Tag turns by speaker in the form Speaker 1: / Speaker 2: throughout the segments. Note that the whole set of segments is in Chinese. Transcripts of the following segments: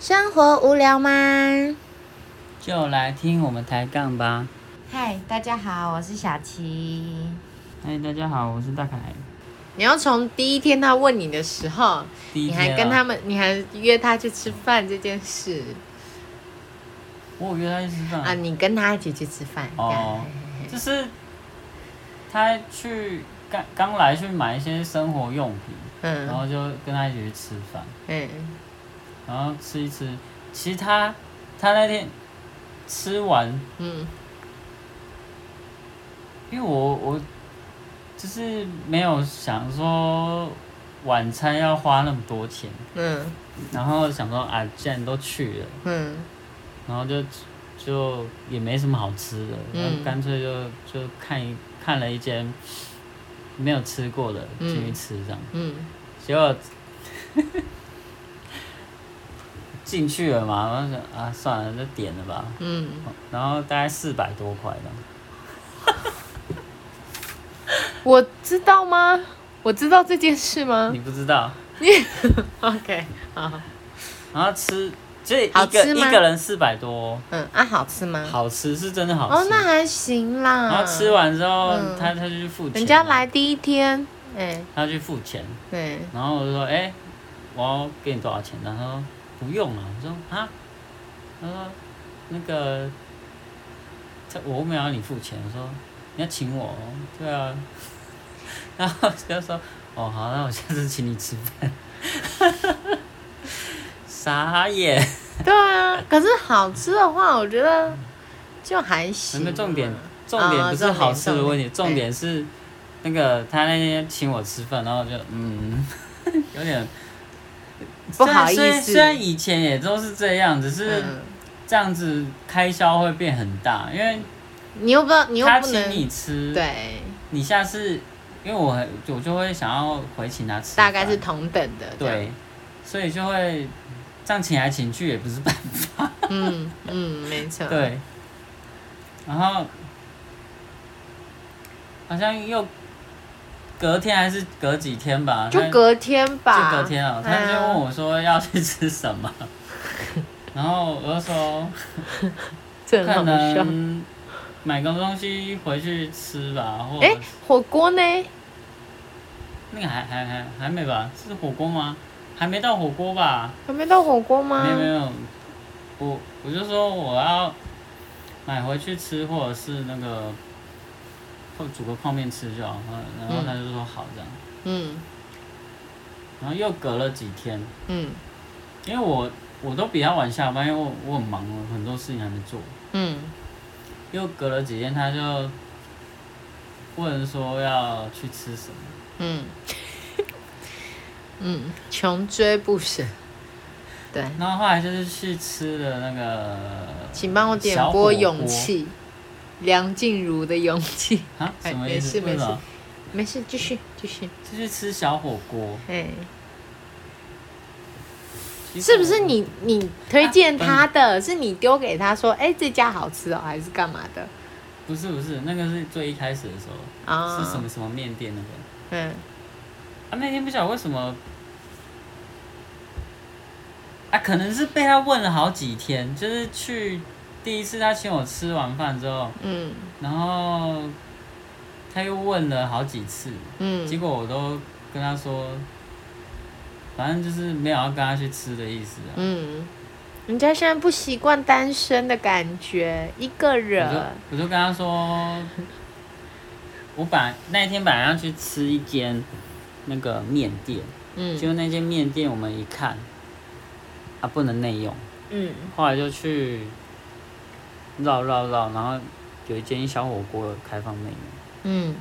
Speaker 1: 生活无聊吗？
Speaker 2: 就来听我们抬杠吧。
Speaker 3: 嗨，大家好，我是小琪。
Speaker 2: 嗨，哎大家好，我是大凯。
Speaker 1: 你要从第一天他问你的时候，
Speaker 2: 第一
Speaker 1: 你
Speaker 2: 天、啊
Speaker 1: 还跟他，们，你还约他去吃饭这件事
Speaker 2: 我有约他去吃饭。
Speaker 1: 啊，你跟他一起去吃饭。
Speaker 2: 嗯哦，就是他去刚刚来去买一些生活用品，然
Speaker 1: 嗯
Speaker 2: 后就跟他一起去吃饭，
Speaker 1: 嗯，
Speaker 2: 然后吃一吃。其实他他那天吃完，
Speaker 1: 嗯，
Speaker 2: 因为我我就是没有想说晚餐要花那么多钱，
Speaker 1: 嗯
Speaker 2: 然后想说啊，既然都去了。
Speaker 1: 嗯
Speaker 2: 然后就就也没什么好吃的，
Speaker 1: 嗯
Speaker 2: 然后干脆就就看一看了一间没有吃过的
Speaker 1: 嗯
Speaker 2: 进去吃这样，
Speaker 1: 嗯
Speaker 2: 结果 进去了嘛，然后想啊算了就点了吧，
Speaker 1: 嗯，
Speaker 2: 然后大概四百多块的，
Speaker 1: 我知道吗？我知道这件事吗
Speaker 2: 你不知道，
Speaker 1: ？OK，好，
Speaker 2: 然后吃这一
Speaker 1: 好
Speaker 2: 个
Speaker 1: 吃
Speaker 2: 一
Speaker 1: 吗
Speaker 2: 个人四百多，
Speaker 1: 嗯啊，好吃吗？
Speaker 2: 好吃是真的好
Speaker 1: 哦，
Speaker 2: 吃，
Speaker 1: 那还行啦。
Speaker 2: 然后吃完之后、
Speaker 1: 嗯
Speaker 2: 他他就去付钱，
Speaker 1: 人家来第一天，哎、
Speaker 2: 他去付钱，
Speaker 1: 对，
Speaker 2: 然后我就说，哎、我要给你多少钱？然后他说不用了。我说啊，他说那个，这我没有要你付钱。我说你要请我哦，对啊。 然后他说哦好，那我下次请你吃饭。 傻眼，
Speaker 1: 对啊。可是好吃的话，我觉得就还行
Speaker 2: 没
Speaker 1: 啊。
Speaker 2: 有重点，重点不是好吃的问题，重
Speaker 1: 哎
Speaker 2: 点是那个他那天请我吃饭，然后我就嗯， 有点
Speaker 1: 不好意
Speaker 2: 虽然
Speaker 1: 思
Speaker 2: 虽然以前也都是这样，只是
Speaker 1: 嗯，
Speaker 2: 这样子开销会变很大，因为
Speaker 1: 你又不知道，你又
Speaker 2: 他
Speaker 1: 不
Speaker 2: 请
Speaker 1: 能
Speaker 2: 你吃，
Speaker 1: 对，
Speaker 2: 你下次因为我很我就会想要回请他吃饭，
Speaker 1: 大概是同等的。，
Speaker 2: 对，所以就会这样请来请去也不是办法，
Speaker 1: 嗯嗯，没 错。，
Speaker 2: 对，然后好像又隔天还是隔几天吧，
Speaker 1: 就
Speaker 2: 他
Speaker 1: 隔天吧。哎啊
Speaker 2: 就隔天了，他就问我说要去吃什 么，然后我就说。
Speaker 1: 这很
Speaker 2: 可
Speaker 1: 好笑。
Speaker 2: 能买个东西回去吃吧，或
Speaker 1: 哎、火锅呢？
Speaker 2: 那个还还还还没吧？是火锅吗？还没到火锅吧？
Speaker 1: 还没到火锅吗
Speaker 2: 没？有没有，我我就说我要买回去吃，或者是那个或煮个泡面吃就好。然后他就说好这样，
Speaker 1: 嗯
Speaker 2: 然后又隔了几天，
Speaker 1: 嗯
Speaker 2: 因为我我都比他晚下班，因为我我很忙，我很多事情还没做。
Speaker 1: 嗯
Speaker 2: 又隔了几天，他就问说要去吃什么。
Speaker 1: 嗯 嗯，穷追不舍。对，
Speaker 2: 然后后来就是去吃了那个
Speaker 1: 请帮我点播《勇气》，梁静茹的《勇气》。
Speaker 2: 啊，
Speaker 1: 哎
Speaker 2: 什么意
Speaker 1: 没
Speaker 2: 思？
Speaker 1: 事
Speaker 2: 为什么？
Speaker 1: 没事，继续继续。
Speaker 2: 就去吃小火锅，
Speaker 1: 哎，
Speaker 2: 其实
Speaker 1: 是不是
Speaker 2: 我？
Speaker 1: 你你推荐他
Speaker 2: 啊嗯
Speaker 1: 的？是你丢给他说，哎、这家好吃哦，还是干嘛的？
Speaker 2: 不是不是，那个是最一开始的时候，
Speaker 1: 啊，
Speaker 2: 是什么？什么面店那个
Speaker 1: 嗯，
Speaker 2: 啊？那天不晓得为什么啊，可能是被他问了好几天，就是去第一次他请我吃完饭之后，
Speaker 1: 嗯
Speaker 2: 然后他又问了好几次，结
Speaker 1: 嗯
Speaker 2: 果我都跟他说，反正就是没有要跟他去吃的意思啊。
Speaker 1: 嗯，人家现在不习惯单身的感觉，一个
Speaker 2: 我就
Speaker 1: 人。
Speaker 2: 我就跟他说，我本来那一天本来要去吃一间那个面店，
Speaker 1: 嗯
Speaker 2: 结果那间面店我们一看，啊不能内用，
Speaker 1: 嗯
Speaker 2: 后来就去绕绕绕，然后有一间小火锅有开放内用，
Speaker 1: 嗯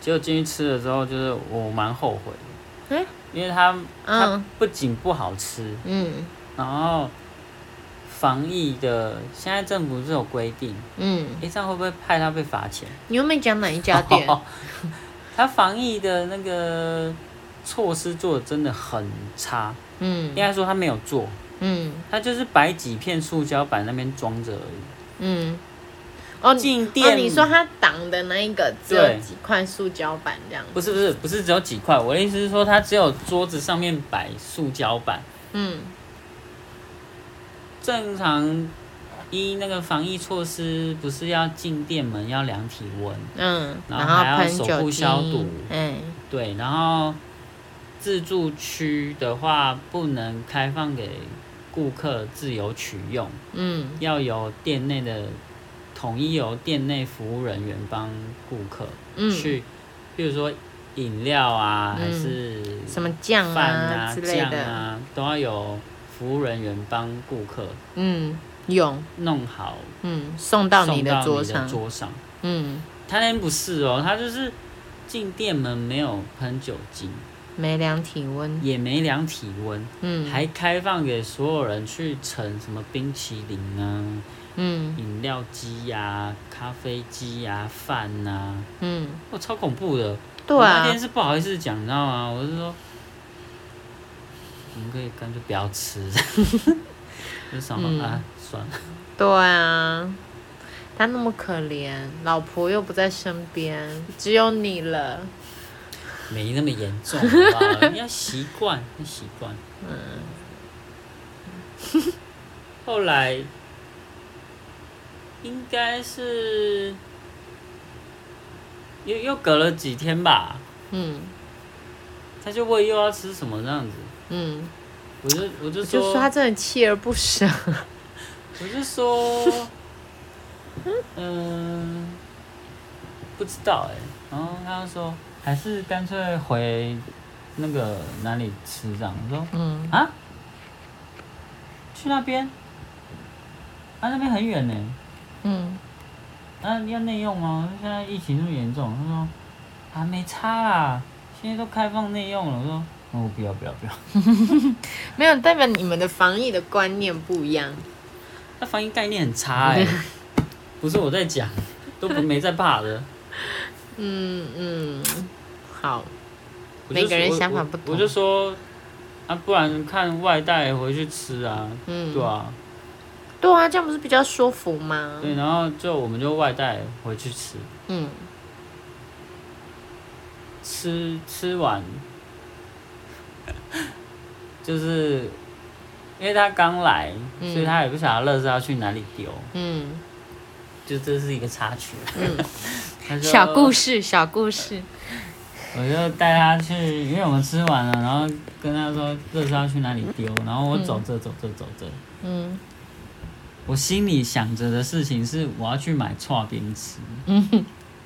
Speaker 2: 结果进去吃了之后，就是我蛮后悔的，
Speaker 1: 嗯
Speaker 2: 因为它它
Speaker 1: 嗯
Speaker 2: 不仅不好吃，
Speaker 1: 嗯
Speaker 2: 然后防疫的现在政府是有规定，
Speaker 1: 嗯，
Speaker 2: 诶、这样会不会害他被罚钱？
Speaker 1: 你又没讲哪一家店？
Speaker 2: 哦 他防疫的那个措施做的真的很差，应
Speaker 1: 嗯
Speaker 2: 该说他没有做，
Speaker 1: 嗯
Speaker 2: 他就是摆几片塑胶板那边装着而已。
Speaker 1: 嗯。哦，
Speaker 2: 进
Speaker 1: 哦，
Speaker 2: 店、
Speaker 1: 你说他挡的那一个只有
Speaker 2: 对
Speaker 1: 几块塑胶板这样？
Speaker 2: 不是不是不是只有几块，我的意思是说他只有桌子上面摆塑胶板，
Speaker 1: 嗯
Speaker 2: 正常依那个防疫措施，不是要进店门要量体温，
Speaker 1: 嗯，
Speaker 2: 然
Speaker 1: 然
Speaker 2: 后还要
Speaker 1: 后喷
Speaker 2: 手部
Speaker 1: 酒
Speaker 2: 消毒
Speaker 1: 精，嗯，
Speaker 2: 对，然后自助区的话不能开放给顾客自由取用，
Speaker 1: 嗯
Speaker 2: 要由店内的统一由店内服务人员帮顾客
Speaker 1: 嗯，
Speaker 2: 去，比如说饮料啊，还
Speaker 1: 嗯
Speaker 2: 是
Speaker 1: 什么酱
Speaker 2: 饭啊、
Speaker 1: 之类
Speaker 2: 酱
Speaker 1: 的，
Speaker 2: 啊，都要有服务人员帮顾客
Speaker 1: 嗯，有，
Speaker 2: 弄好，
Speaker 1: 嗯，送到
Speaker 2: 送
Speaker 1: 你的桌上，
Speaker 2: 桌上。
Speaker 1: 嗯，
Speaker 2: 他那天不是哦，他就是进店门没有喷酒精，
Speaker 1: 没量体温，
Speaker 2: 也没量体温，
Speaker 1: 嗯，
Speaker 2: 还开放给所有人去盛什么冰淇淋啊、
Speaker 1: 嗯
Speaker 2: 饮料机呀、咖啡机呀、饭呐、
Speaker 1: 嗯，
Speaker 2: 我、超恐怖的。
Speaker 1: 对
Speaker 2: 我那
Speaker 1: 啊
Speaker 2: 天，是不好意思讲，你知道吗？我是说，你们可以干脆不要吃， 就想说、
Speaker 1: 嗯
Speaker 2: 啊，算了。
Speaker 1: 对啊，他那么可怜，老婆又不在身边，只有你了，
Speaker 2: 没那么严重，好不好？你要习惯，要习惯。嗯。 后来应该是又又隔了几天吧，
Speaker 1: 嗯
Speaker 2: 他就问又要吃什么这样子，
Speaker 1: 嗯，
Speaker 2: 我就我就
Speaker 1: 我就
Speaker 2: 说，
Speaker 1: 说他真的锲而不舍，
Speaker 2: 我就说，嗯、不知道哎、然后他就说，还是干脆回那个哪里吃这样，我说。
Speaker 1: 嗯
Speaker 2: 啊？去那边？啊，那边很远呢。
Speaker 1: 嗯
Speaker 2: 啊，要内用吗？现在疫情那么严重。他说，啊，没差啦，现在都开放内用了。我说，哦，不要不要不要。
Speaker 1: 没有代表你们的防疫的观念不一样，
Speaker 2: 那防疫概念很差 哎、不是我在讲，都不没在怕的。
Speaker 1: 嗯嗯，好，
Speaker 2: 我就
Speaker 1: 每个人
Speaker 2: 说
Speaker 1: 想法
Speaker 2: 我
Speaker 1: 不
Speaker 2: 我
Speaker 1: 同
Speaker 2: 就说，啊，不然看外带回去吃啊，
Speaker 1: 嗯，
Speaker 2: 对啊，
Speaker 1: 对啊，这样不是比较舒服吗？
Speaker 2: 对，然后就我们就外带回去吃。
Speaker 1: 嗯，
Speaker 2: 吃吃完， 就是因为他刚来，
Speaker 1: 嗯
Speaker 2: 所以他也不晓得乐色要去哪里丢，
Speaker 1: 嗯
Speaker 2: 就这是一个插曲。 嗯
Speaker 1: 小故
Speaker 2: 事，
Speaker 1: 事，小故事。
Speaker 2: 我就带他去，因为我们吃完了，然后跟他说乐色要去哪里丢，然后我走着走着走着，
Speaker 1: 嗯
Speaker 2: 我心里想着的事情是我要去买串冰吃，
Speaker 1: 嗯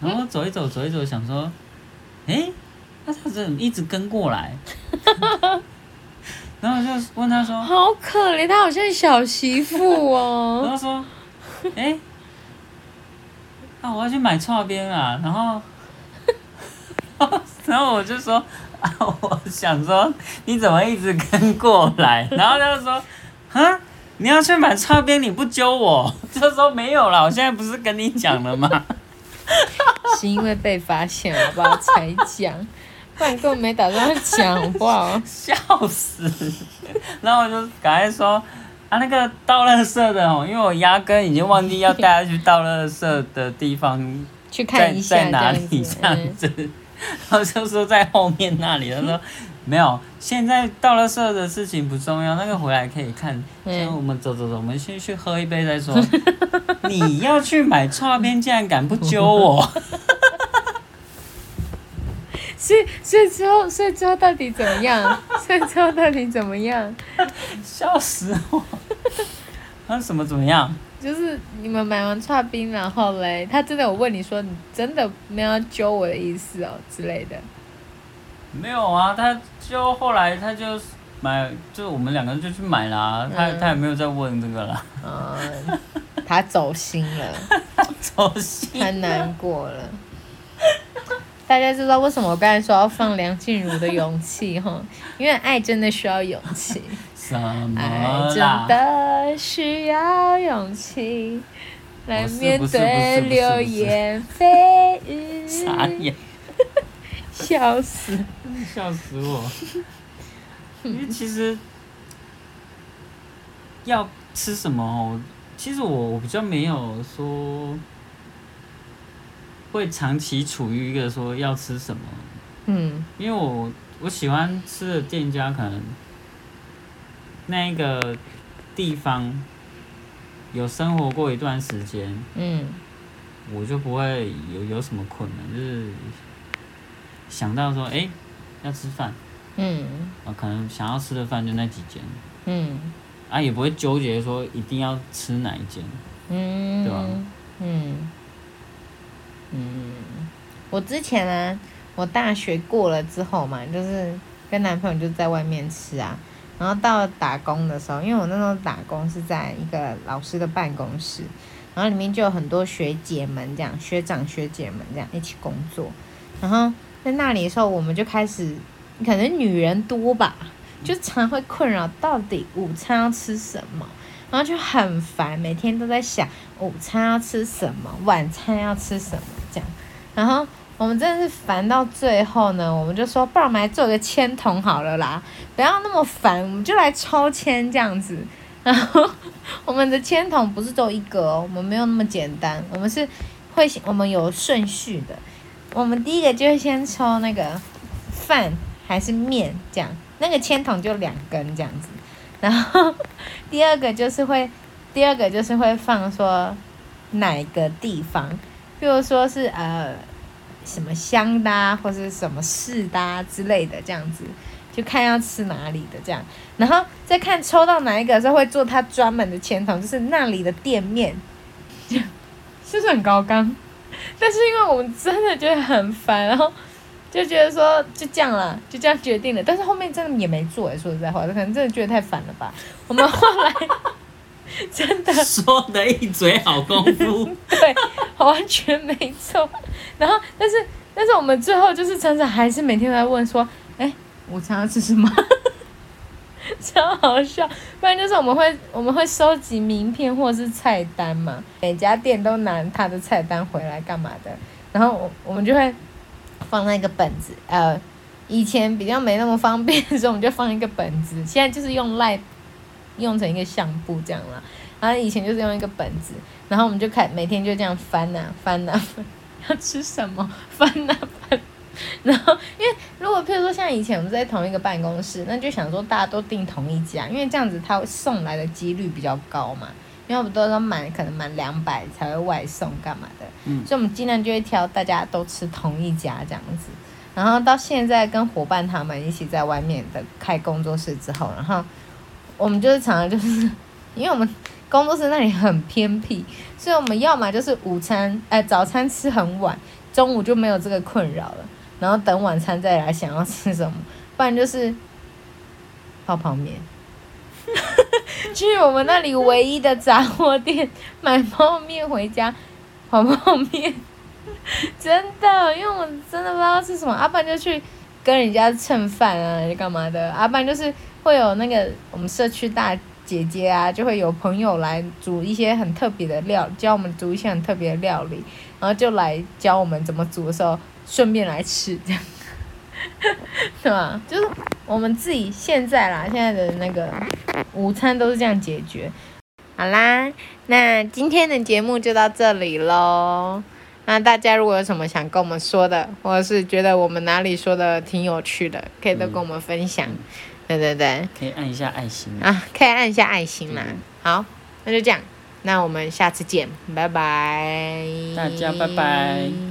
Speaker 2: 然后走一走走一走，想说，诶，那他怎么一直跟过来？ 然后我就问他说，
Speaker 1: 好可怜，她好像小媳妇
Speaker 2: 然
Speaker 1: 哦。
Speaker 2: 后说，哎、啊，我要去买串边啊，然后， 然后我就说，啊，我想说你怎么一直跟过来？然后他就说，啊，你要去买串边你不揪我？ 就说没有啦，我现在不是跟你讲了吗？
Speaker 1: 是因为被发现好不好才 讲，不然根本没打算讲好不好？
Speaker 2: 笑死！然后我就赶快说。啊，那个倒垃圾的哦，因为我压根已经忘记要带他去倒垃圾的地方
Speaker 1: 去
Speaker 2: 在
Speaker 1: 看一下
Speaker 2: 在
Speaker 1: 这
Speaker 2: 哪
Speaker 1: 样
Speaker 2: 里
Speaker 1: 子
Speaker 2: 这。样
Speaker 1: 嗯
Speaker 2: 子， 然后就说在后面那里，他说没有，现在到了社的事情不重要，那个回来可以看。
Speaker 1: 嗯
Speaker 2: 先我们走走走，我们先去喝一杯 再说。你要去买串边，竟然敢不揪我？
Speaker 1: 所以，所以之后，所以之后到底怎么样？ 所以之后到底怎么样？
Speaker 2: 笑死我！ 他说什么怎么样？
Speaker 1: 就是你们买完串冰，然后嘞，他真的有问你说你真的没有要揪我的意思哦之类 的。
Speaker 2: 没有啊，他就后来他就买，就我们两个就去买啦、他他也没有再问这个啦，
Speaker 1: 嗯，他走心了，
Speaker 2: 走心。
Speaker 1: 他难过了。 大家知道为什么我刚才说要放梁静茹的勇气哈？ 因为爱真的需要勇 气，
Speaker 2: 什么
Speaker 1: 爱哎真
Speaker 2: 啦？
Speaker 1: 的需要勇气来
Speaker 2: 不是
Speaker 1: 面
Speaker 2: 不是
Speaker 1: 对
Speaker 2: 不是不是
Speaker 1: 流言蜚语。
Speaker 2: 傻眼。
Speaker 1: 笑死！
Speaker 2: 笑死我！因为其实要吃什么哦，其实我我比较没有说会长期处于一个说要吃什么，
Speaker 1: 嗯
Speaker 2: 因为我我喜欢吃的店家可能那一个地方有生活过一段时间，
Speaker 1: 嗯，
Speaker 2: 我就不会有有什么困难，就是想到说，哎、要吃饭，
Speaker 1: 嗯
Speaker 2: 啊，可能想要吃的饭就那几间，
Speaker 1: 嗯
Speaker 2: 啊，也不会纠结说一定要吃哪一间，
Speaker 1: 嗯，
Speaker 2: 对吧
Speaker 1: 嗯嗯，我之前啊，我大学过了之后嘛，就是跟男朋友就在外面吃啊，然后到打工的时候，因为我那时候打工是在一个老师的办公室，然后里面就有很多学姐们这样，学长学姐们这样一起工作，然后在那里的时候，我们就开始，可能女人多吧，就常会困扰到底午餐要吃什么。然后就很烦，每天都在想午餐要吃什么，晚餐要吃什么这样。然后我们真的是烦到最后呢，我们就说，不然我们来做个签筒好了啦，不要那么烦，我们就来抽签这样子。然后我们的签筒不是只有一个哦，我们没有那么简单，我们是会我们有顺序的。我们第一个就是先抽那个饭还是面这样，那个签筒就两根这样子。然后第二个就是会，第二个就是会放说哪个地方，譬如说是呃什么乡的、啊，或是什么市的、啊、之类的这样子，就看要吃哪里的这样。然后再看抽到哪一个的时候，会做它专门的签筒，就是那里的店面，这样是不是很高纲？ 但是因为我们真的觉得很烦，然后就觉得说就这样啦，就这样决定了。但是后面真的也没做、欸，说实在话，可能真的觉得太烦了吧。我们后来真的
Speaker 2: 说的一嘴好功 夫，
Speaker 1: 对，完全没错。然后，但是但是我们最后就是常常还是每天都在问说，哎，午餐要吃什么？ 超好笑。不然就是我们会我们会收集名片或是菜单嘛，每家店都拿他的菜单回来干嘛的？然后我我们就会放那个本子，呃。以前比较没那么方便的时候，我们就放一个本子。现在就是用赖，用成一个相簿这样啦。然后以前就是用一个本子，然后我们就开每天就这样翻呐、啊翻呐、翻， 要吃什么翻呐、翻。啊 然后因为如果譬如说像以前我们在同一个办公室，那就想说大家都订同一家，因为这样子他送来的几率比较高嘛。因为我们都要满，可能满两百才会外送干嘛的，
Speaker 2: 嗯
Speaker 1: 所以我们尽量就会挑大家都吃同一家这样子。然后到现在跟伙伴他们一起在外面的开工作室之后，然后我们就是常常就是因为我们工作室那里很偏僻，所以我们要么就是午餐，哎、早餐吃很晚，中午就没有这个困扰了，然后等晚餐再来想要吃什么，不然就是泡泡面。 去我们那里唯一的杂货店买泡面回家，泡泡面， 真的，因为我真的不知道吃什么，阿爸就去跟人家蹭饭啊，干嘛的？阿爸就是会有那个我们社区大姐姐啊，就会有朋友来煮一些很特别的料，教我们煮一些很特别的料理，然后就来教我们怎么煮的时候，顺便来吃这样， 对吧？就是我们自己现在啦，现在的那个午餐都是这样解决。好啦，那今天的节目就到这里喽。那大家如果有什么想跟我们说的，或者是觉得我们哪里说的挺有趣的，可以都跟我们分享。
Speaker 2: 嗯
Speaker 1: 对对对。
Speaker 2: 可以按一下爱心啊。
Speaker 1: 啊，可以按一下爱心啦
Speaker 2: 嗯。
Speaker 1: 好，那就这样，那我们下次见，拜拜。
Speaker 2: 大家拜拜